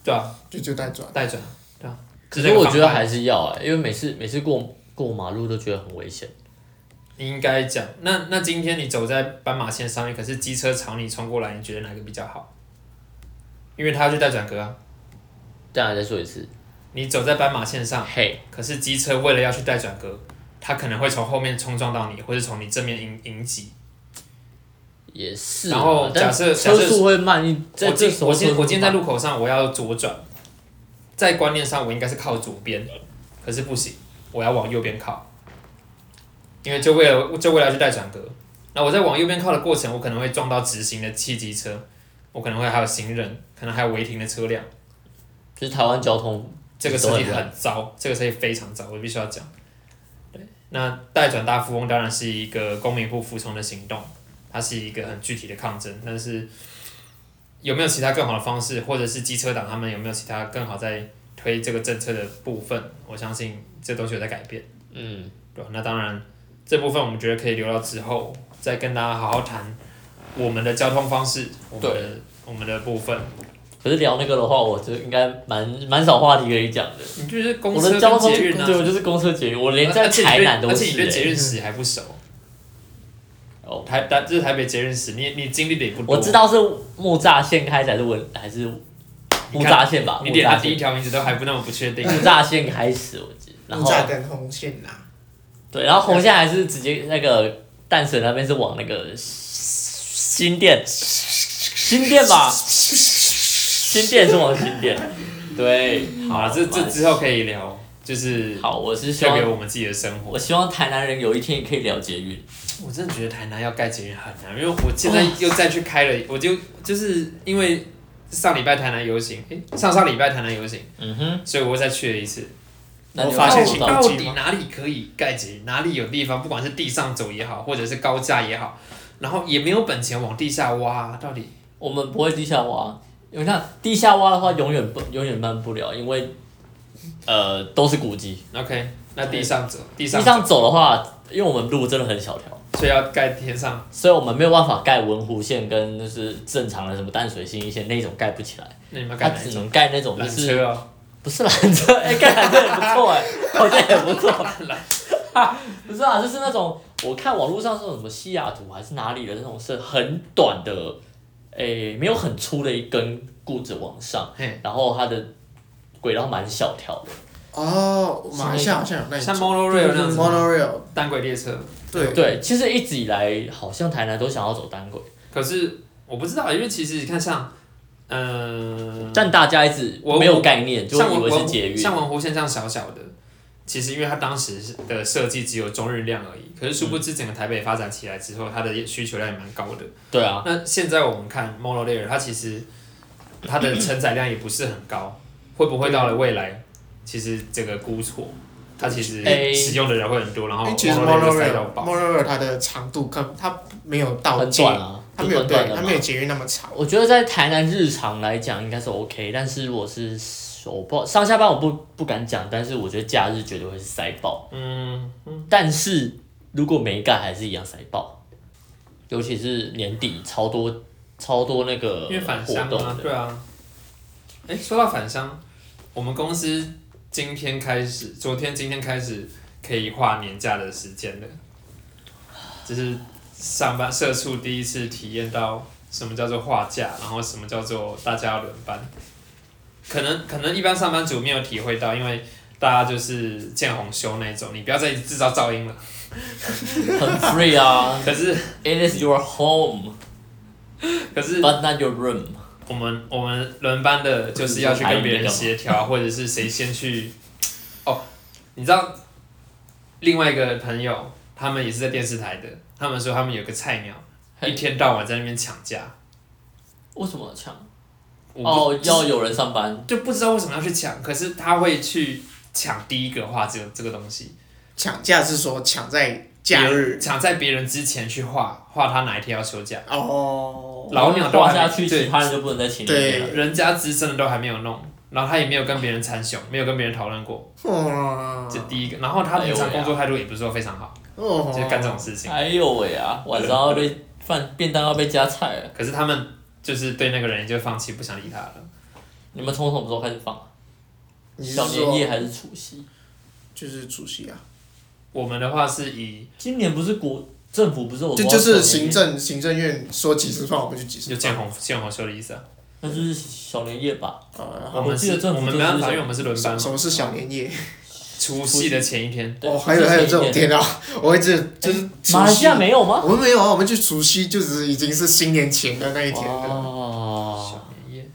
S2: 对啊，
S1: 就就在转，
S2: 带转对啊，就
S3: 可实
S2: 那个
S3: 我觉得
S2: 方向
S3: 还是要哎、因为每次每次过过马路都觉得很危险。
S2: 应该讲，那那今天你走在斑马线上面，可是机车朝你冲过来，你觉得哪个比较好？因为它就带转格啊。
S3: 当然再说一次，
S2: 你走在斑马线上，
S3: 嘿，
S2: 可是机车为了要去带转格，它可能会从后面冲撞到你，或者从你正面迎迎击。
S3: 也是啊。
S2: 然后
S3: 但
S2: 假设假
S3: 车
S2: 设
S3: 速会慢一，在
S2: 我
S3: 这
S2: 今
S3: 时候
S2: 我今
S3: 车速
S2: 我今天在
S3: 慢
S2: 路口上，我要左转，在观念上我应该是靠左边，可是不行，我要往右边靠，因为就为了就为了要去带转格。那我在往右边靠的过程，我可能会撞到直行的汽机车，我可能会还有行人，可能还有违停的车辆。
S3: 就是台湾交通
S2: 这个设计很糟，这个设计非常糟，我必须要讲。对，那代转大富翁当然是一个公民不服从的行动，它是一个很具体的抗争，但是有没有其他更好的方式，或者是机车党他们有没有其他更好在推这个政策的部分？我相信这东西有在改变，
S3: 嗯，
S2: 对啊吧？那当然，这部分我们觉得可以留到之后再跟大家好好谈我们的交通方式，我们的我们的部分。
S3: 可是聊那个的话，我就应该蛮蛮少话题可以讲的。
S2: 你就是公
S3: 我
S2: 车
S3: 的交
S2: 跟
S3: 通
S2: 捷运啊
S3: 对，，我就是公车捷运，我连在
S2: 而且你
S3: 台
S2: 对
S3: 南都
S2: 而且你
S3: 是、
S2: 对捷
S3: 欸。
S2: 运史还不熟，
S3: 哦，
S2: 台台这是台北捷运史，你你经历的也不多。
S3: 我知，道是木栅线开始还是文还是木栅线吧，
S2: 你
S3: 木
S2: 连它
S3: 栅
S2: 第一
S3: 线，
S2: 条名字都还不那么不确定
S3: 木。栅线开始，我记得。然
S1: 木
S3: 后
S1: 栅跟红线
S2: 啊
S1: 啦，
S3: 对，然后红线还是直接那个淡水那边是往那个新店，新店吧，新店是往新店。对，
S2: 好了，这这之后可以聊，就是
S3: 好，我是希
S2: 交给
S3: 望
S2: 我们自己的生活。
S3: 我希望台南人有一天也可以了解运。
S2: 我真的觉得台南要盖捷运很难，因为我现在又再去开了，我就就是因为上礼拜台南游行，诶，上上礼拜台南游行，
S3: 嗯哼，
S2: 所以我又再去了一次。
S3: 那你有
S1: 我发现
S3: 看
S1: 新
S3: 到
S1: 高
S2: 到
S1: 级
S2: 底
S1: 吗
S2: 哪里可以盖捷运，哪里有地方，不管是地上走也好，或者是高架也好，然后也没有本钱往地下挖，到底
S3: 我们不会地下挖，因为看地下挖的话，永远不永远慢不了，因为呃都是古迹。
S2: OK，那地上走，地
S3: 地
S2: 上
S3: 上走的话，因为我们路真的很小条，
S2: 所以要盖天上。
S3: 所以我们没有办法盖文湖线跟就是正常的什么淡水新一线那种盖不起来，
S2: 那你们要盖
S3: 它
S2: 哪一
S3: 只
S2: 种？
S3: 能盖那种就
S2: 缆
S3: 啊是
S2: 车哦，
S3: 不是缆车， 哎、盖缆车也不 错哎、我觉得也不错。 不是啊，就是那种我看网络上是什么西雅图还是哪里的那种是很短的，哎、没有很粗的一根固子往上，
S2: 嘿，
S3: 然后它的轨道蛮小条的。
S1: 哦，马来西亚好像有那一
S2: 像
S1: 种
S2: monorail 那样子吗
S1: monorail，
S2: 单轨列车。
S1: 对，
S3: 对，其实一直以来好像台南都想要走单轨，
S2: 可是我不知道，因为其实你看像，嗯、
S3: 但大家一直
S2: 我
S3: 没有概念，就
S2: 像
S3: 以
S2: 文
S3: 为是
S2: 文
S3: 捷运。
S2: 像文湖线这样小小的，其实因为它当时的设计只有中日量而已，可是殊不知整个台北发展起来之后，它的需求量也蛮高的。
S3: 对啊，
S2: 那现在我们看 monorail，它其实它的承载量也不是很高，会不会到了未来，其实这个估错，它其实
S3: 诶
S2: 使用的人会很多，然后
S1: 因为其实
S2: 哦 monorail 就塞到
S1: monorail
S2: 爆。
S1: monorail 它的长度跟它没有到
S3: 很
S1: 捷，
S3: 短啊，
S1: 它
S3: 就
S1: 没有
S3: 短短
S1: 对，
S3: 的
S1: 它
S3: 嘛
S1: 没。有捷运那么长。
S3: 我觉得在台南日常来讲应该是 OK，但是如果是我不知道上下班我不不敢讲，但是我觉得假日绝对会是塞爆。
S2: 嗯，
S3: 但是如果没盖还是一样塞爆，尤其是年底超多超多那个
S2: 因为返
S3: 呃活
S2: 乡
S3: 动
S2: 啊，
S3: 的，
S2: 对啊。哎、说到返乡，我们公司今天开始，昨天今天开始可以划年假的时间了，这是上班社畜第一次体验到什么叫做划假，然后什么叫做大家要轮班。可能可能一般上班族没有体会到，因为大家就是见红休那种，你不要再制造噪音了。
S3: 很 free 啊
S2: 可是
S3: ，It is your home
S2: 可是
S3: but not your room。
S2: 我们我们轮班的就是要去跟别人协调，或者是谁先去。哦，你知道另外一个朋友，他们也是在电视台的，他们说他们有个菜鸟，
S3: 嘿
S2: 一天到晚在那边抢假。
S3: 为什么要抢？
S2: 我不
S3: 哦，要有人上班，
S2: 就不知道为什么要去抢，可是他会去抢第一个画这个这个东西，
S1: 抢假是说抢在假日
S2: 抢在别人之前去画画他哪一天要休假，
S1: 哦，
S2: 老鸟都
S3: 画
S2: 还没
S3: 下去，
S2: 对
S3: 其他人就不能再请你
S1: 对
S3: 了。
S2: 人家资深的都还没有弄，然后他也没有跟别人参详，没有跟别人讨论过，
S1: 哇，
S2: 这第一个。然后他平
S3: 哎
S2: 常
S3: 呦喂啊
S2: 工作态度也不是说非常好。
S1: 哦，
S2: 就是干这种事情。
S3: 哎呦喂啊，晚上要被饭便当要被加菜了。
S2: 可是他们就是对那个人就放弃，不想理他了。
S3: 你们从什么时候开始放啊？
S1: 你是
S3: 小年夜
S1: 说
S3: 还是除夕？
S1: 就是除夕啊？
S2: 我们的话是以
S3: 今年不是国政府不是有
S1: 就
S3: 说
S1: 就
S3: 要
S1: 是
S3: 小年
S1: 行
S3: 夜，
S1: 政行政院说几时放我们就几时
S2: 就见
S1: 放，
S2: 红见红休的意思啊。
S3: 那就是小年夜吧。
S1: 呃，
S2: 我
S1: 好
S2: 们
S3: 哦我记得
S2: 是，
S3: 政府
S2: 我们
S3: 就
S2: 没
S3: 是
S2: 办法，
S3: 说
S2: 因为我们是轮班
S1: 什
S2: 嘛。
S1: 么是小年夜？
S2: 除夕的前一天，
S3: 对
S1: 哦，还有还有这种，天啊！我一直就是
S3: 就是哎小年夜马来西亚没有吗？
S1: 我们没有啊，我们就除夕就只是已经是新年前的那一天
S3: 哦
S1: 了。
S3: 哇，
S2: 小年夜。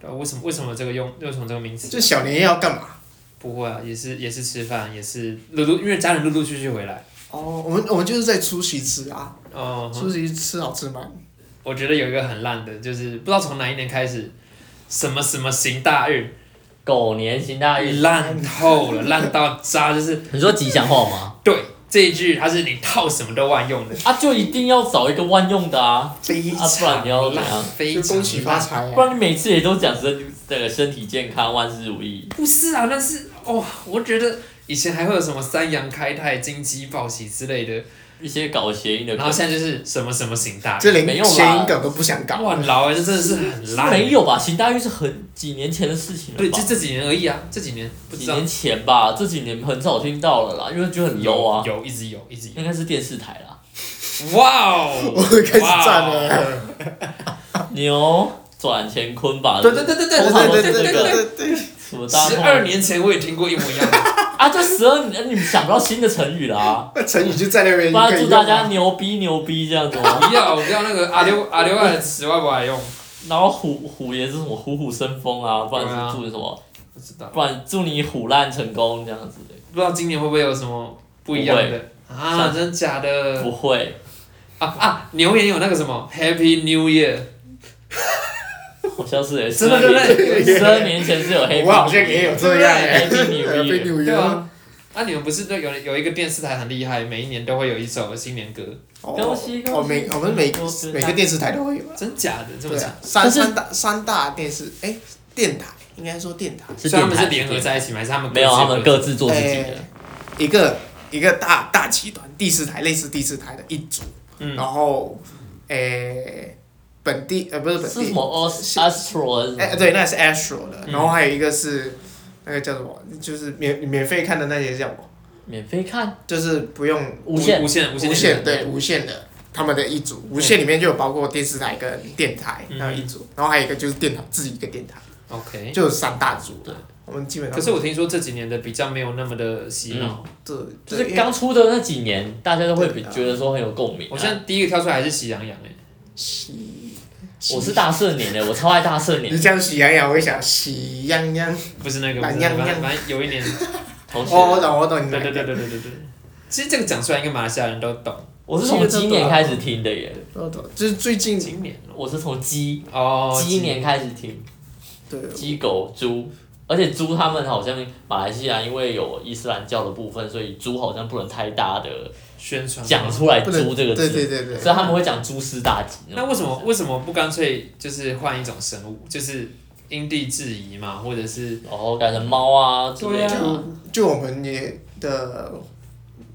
S2: 对啊，为什么为什么这个用为什么这个名
S1: 就
S2: 词？
S1: 小年夜要干嘛？
S2: 不会啊，也是也是吃饭，也是陆陆，因为家人陆陆续续回来。
S1: 哦，我们我们就是在除夕吃啊，
S2: 哦、
S1: 除夕吃好吃吗？
S2: 我觉得有一个很烂的，就是不知道从哪一年开始，什么什么行大运，
S3: 狗年行大运。
S2: 烂透了，烂到渣，就是
S3: 你说吉祥话吗？
S2: 对这一句，它是你套什么都万用的。
S3: 啊，就一定要找一个万用的啊，
S1: 非
S3: 啊，不然你要怎样？
S2: 非
S1: 就
S2: 常
S1: 恭喜发财
S3: 不
S1: 啊！
S3: 然你每次也都讲身这个身体健康，万事如意。
S2: 不是啊，但是哦，我觉得以前还会有什么三阳开泰、金鸡报喜之类的，
S3: 一些搞谐音的梗，
S2: 然后现在就是什么什么行大
S1: 这
S2: 运，
S1: 连
S3: 没有啦
S1: 谐音梗都不想搞，
S2: 哇，老哎、这真的是很烂。
S3: 没有吧？行大运是很几年前的事情了吧？
S2: 对，就这几年而已啊，这几年不知
S3: 几
S2: 道
S3: 年前吧，这几年很少听到了啦，因为就很 low 啊，
S2: 有一直嗯有，一直
S3: 应该是电视台啦。
S2: 有。哇哦，
S1: 我开始赞
S2: 哇哦。
S1: 了。
S3: 牛转乾坤吧，
S2: 对对对对对
S3: 通常
S2: 对对
S3: 都是
S2: 对对
S3: 这个
S2: 对
S1: 对对对，
S3: 什么大
S2: 十
S3: 家
S2: 二年前我也听过一模一 样的，
S3: 啊，就十二年，你们想不到新的成语 啦、
S1: 那成语就在那边
S3: 不
S1: 可
S3: 然
S1: 以
S3: 祝
S1: 用
S3: 大家
S1: 啊。
S3: 牛逼牛逼这样子 吗？
S2: 不要不要那个阿六阿六爱的词外不爱用，
S3: 然后虎虎爷是什么虎虎生风啊，不然
S2: 对啊
S3: 是祝你什么，
S2: 不知道
S3: 不然祝你虎烂成功这样子的，
S2: 不知道今年会不会有什么不一样的啊？
S3: 像
S2: 真的假的？
S3: 不会
S2: 啊啊！牛年有那个什么 Happy New Year，
S3: 好像是诶、欸，
S2: 真的对不对？
S3: 十二年前是有黑
S1: 我好像也有这 样哎，
S3: Happy New Year
S1: 被纽
S2: 对
S1: 约
S2: 啊。那、你们不是对有有一个电视台很厉害，每一年都会有一首新年歌，
S1: 哦
S3: 恭喜恭喜
S1: 哦，每我们每
S3: 恭喜
S1: 每个电视台都会有啊。
S2: 真假的这么
S1: 对
S2: 假
S1: 啊？，三
S3: 但是
S1: 三大三大电视哎、电台应该说电台，
S3: 是
S2: 所以他
S3: 电
S2: 们
S3: 台
S2: 是联合在一起吗？还是他们各自
S3: 没有，他们
S2: 各
S3: 各
S2: 自
S3: 自做自己的。
S1: 哎一个一一个大大集团第四台类似第四台的一组，
S3: 嗯
S1: 然后诶、本地呃不是本
S3: 是什嗯
S1: 地，
S3: 么哦 Astro？
S1: 哎、对，那是 Astro 的，然后还有一个是那个叫什么，就是免免费看的那些叫什么，
S3: 免费看
S1: 就是不用
S3: 无线
S2: 无线无线
S1: 无线
S2: 电
S1: 对无线的他们的一组，无线里面就有包括电视台跟电台
S3: 嗯
S1: 那一组，然后还有一个就是电台自己一个电台，
S2: OK。
S1: 就有三大组
S3: 对
S1: 的。我们基本上
S2: 可是我听说这几年的比较没有那么的洗脑，
S3: 嗯
S1: 对，
S3: 就
S1: 对
S3: 是
S1: 因为
S3: 刚出的那几年，大家都会比
S1: 对啊
S3: 觉得说很有共鸣啊。
S2: 我现在第一个跳出来还是喜羊羊哎，
S1: 喜，
S3: 我是大顺年的，我超爱大顺
S1: 你
S3: 年。
S1: 讲喜羊羊，我会想喜羊羊。
S2: 不是那个，不
S1: 懒
S2: 是那
S1: 羊
S2: 个，反
S1: 羊
S2: 正反正有一年，
S3: 同学，
S1: 哦，我懂，我懂你
S2: 对
S1: 们。
S2: 对对对对对对。其实这个讲出来，应该马来西亚人都懂。
S3: 我是从今年开始听的耶，
S1: 我懂，就是最近
S2: 今年
S3: 我是从鸡
S2: 哦，
S3: 鸡年开始听，
S1: 对
S3: 鸡狗猪，而且猪他们好像马来西亚因为有伊斯兰教的部分，所以猪好像不能太大的
S2: 宣传
S3: 讲出来
S1: 不能
S3: 猪这个
S1: 对对
S3: 字，啊
S1: 对对，
S3: 所以他们会讲猪师大吉。
S2: 那为什么为什么不干脆就是换一种生物，就是因地制宜嘛，或者是
S3: 然后改成猫啊之类
S2: 对
S3: 的啊
S2: 啊，
S1: 就我们也的，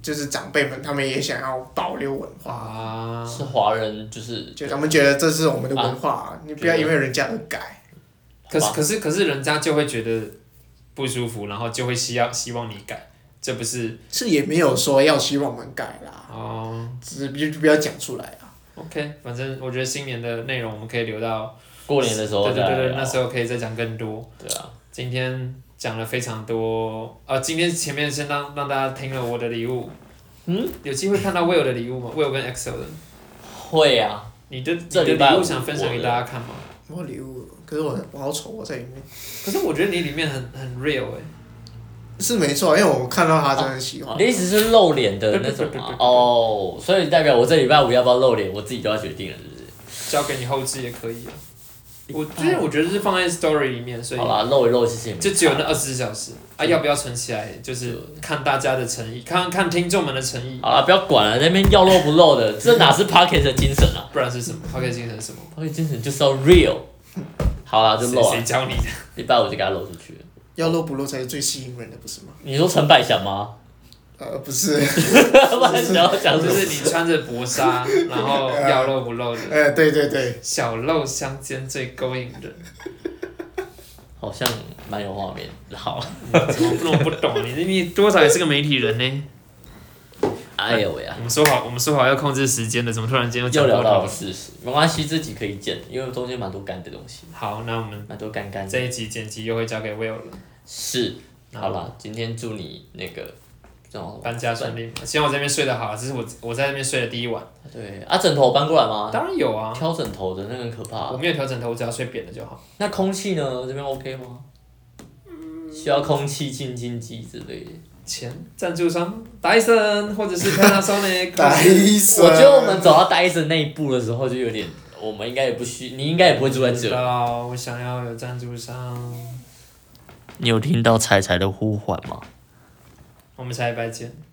S1: 就是长辈们，他们也想要保留文化，
S2: 啊，
S3: 是华人就是
S1: 就他们觉得这是我们的文化，啊你不要因为人家而改。
S2: 可是
S3: 好吧
S2: 可是可是人家就会觉得不舒服，然后就会希望希望你改，这不是
S1: 是也没有说要希望我们改啦，
S2: 哦
S1: 只是就就不要讲出来啊。
S2: ，OK，反正我觉得新年的内容我们可以留到
S3: 过年的时候
S2: 对对对
S3: 再
S2: 对，
S3: 聊
S2: 那时候可以再讲更多。
S3: 对啊，
S2: 今天讲了非常多，呃，今天前面先让让大家听了我的礼物，
S3: 嗯，
S2: 有机会看到 Will 的礼物吗？Will 跟 EXO 的，
S3: 会啊。
S2: 你的你
S3: 这
S2: 的
S3: 礼拜
S2: 礼
S3: 五
S2: 物想分享给大家看吗？
S1: 我礼物，可是我我好丑，我在里面
S2: 可是我觉得你里面很很 real 哎、
S1: 是没错，因为我看到他真的喜欢
S3: 你。的意思是露脸的那种吗？哦，所以代表我这礼拜五要不要露脸，我自己就要决定了，是不是？
S2: 交给你后置也可以啊。我就是我觉得是放在 story 里面，所以
S3: 好啦，露一露，谢谢你们。
S2: 就只有那二十四小时啊，要不要存起来？就是看大家的诚意，看看听众们的诚意，
S3: 好啦，不要管了，在那边要露不露的，这哪是 Pocket 的精神 啊
S2: 不然是什么？他可以精神是什么？
S3: ？Pocket 精神就是要 real。好啦，就
S2: 谁
S3: 露啊
S2: 谁，教你的？
S3: 礼拜五就给他露出去了。
S1: 要露不露才是最吸引人的，不是吗？
S3: 你说陈百 祥吗？
S1: 呃，不是，
S3: 不然你要讲什
S2: 就
S3: 么？
S2: 是你穿着薄 纱，然后要露不露的，
S1: 呃，对对对，
S2: 小露相间最勾引人。
S3: 好像蛮有画面。好，
S2: 你 怎么那么不懂？你你多少也是个媒体人呢？
S3: 哎呦喂啊
S2: 我，们说好，我们说好要控制时间的，怎么突然间又
S3: 又
S2: 讲
S3: 聊
S2: 到
S3: 到
S2: 头
S3: 了？事实，没关系，自己可以剪，因为中间蛮多干的东西，
S2: 好，那我们
S3: 蛮多干干的
S2: 这。一集剪辑又会交给 Will 了，
S3: 是，
S2: 嗯
S3: 好啦，今天祝你那个叫什么
S2: 搬家顺利。希望我这边睡得好，啊这是我我在这边睡的第一晚。
S3: 对啊，枕头搬过来吗？
S2: 当然有啊，
S3: 挑枕头的那个很可怕、
S2: 我没有调整头，我只要睡扁的就好。
S3: 那空气呢？这边 OK 吗？需要空气净净机之类的。
S2: 前赞助商 Dyson 或者是 Panasonic，
S1: 戴森，
S3: 我觉得我们走到 Dyson 那一步的时候，就有点，我们应该也不需，你应该也不会住在
S2: 知
S3: 这。
S2: 道，我想要有赞助商。
S3: 你有听到彩彩的呼唤吗？
S2: 我们下一拜见。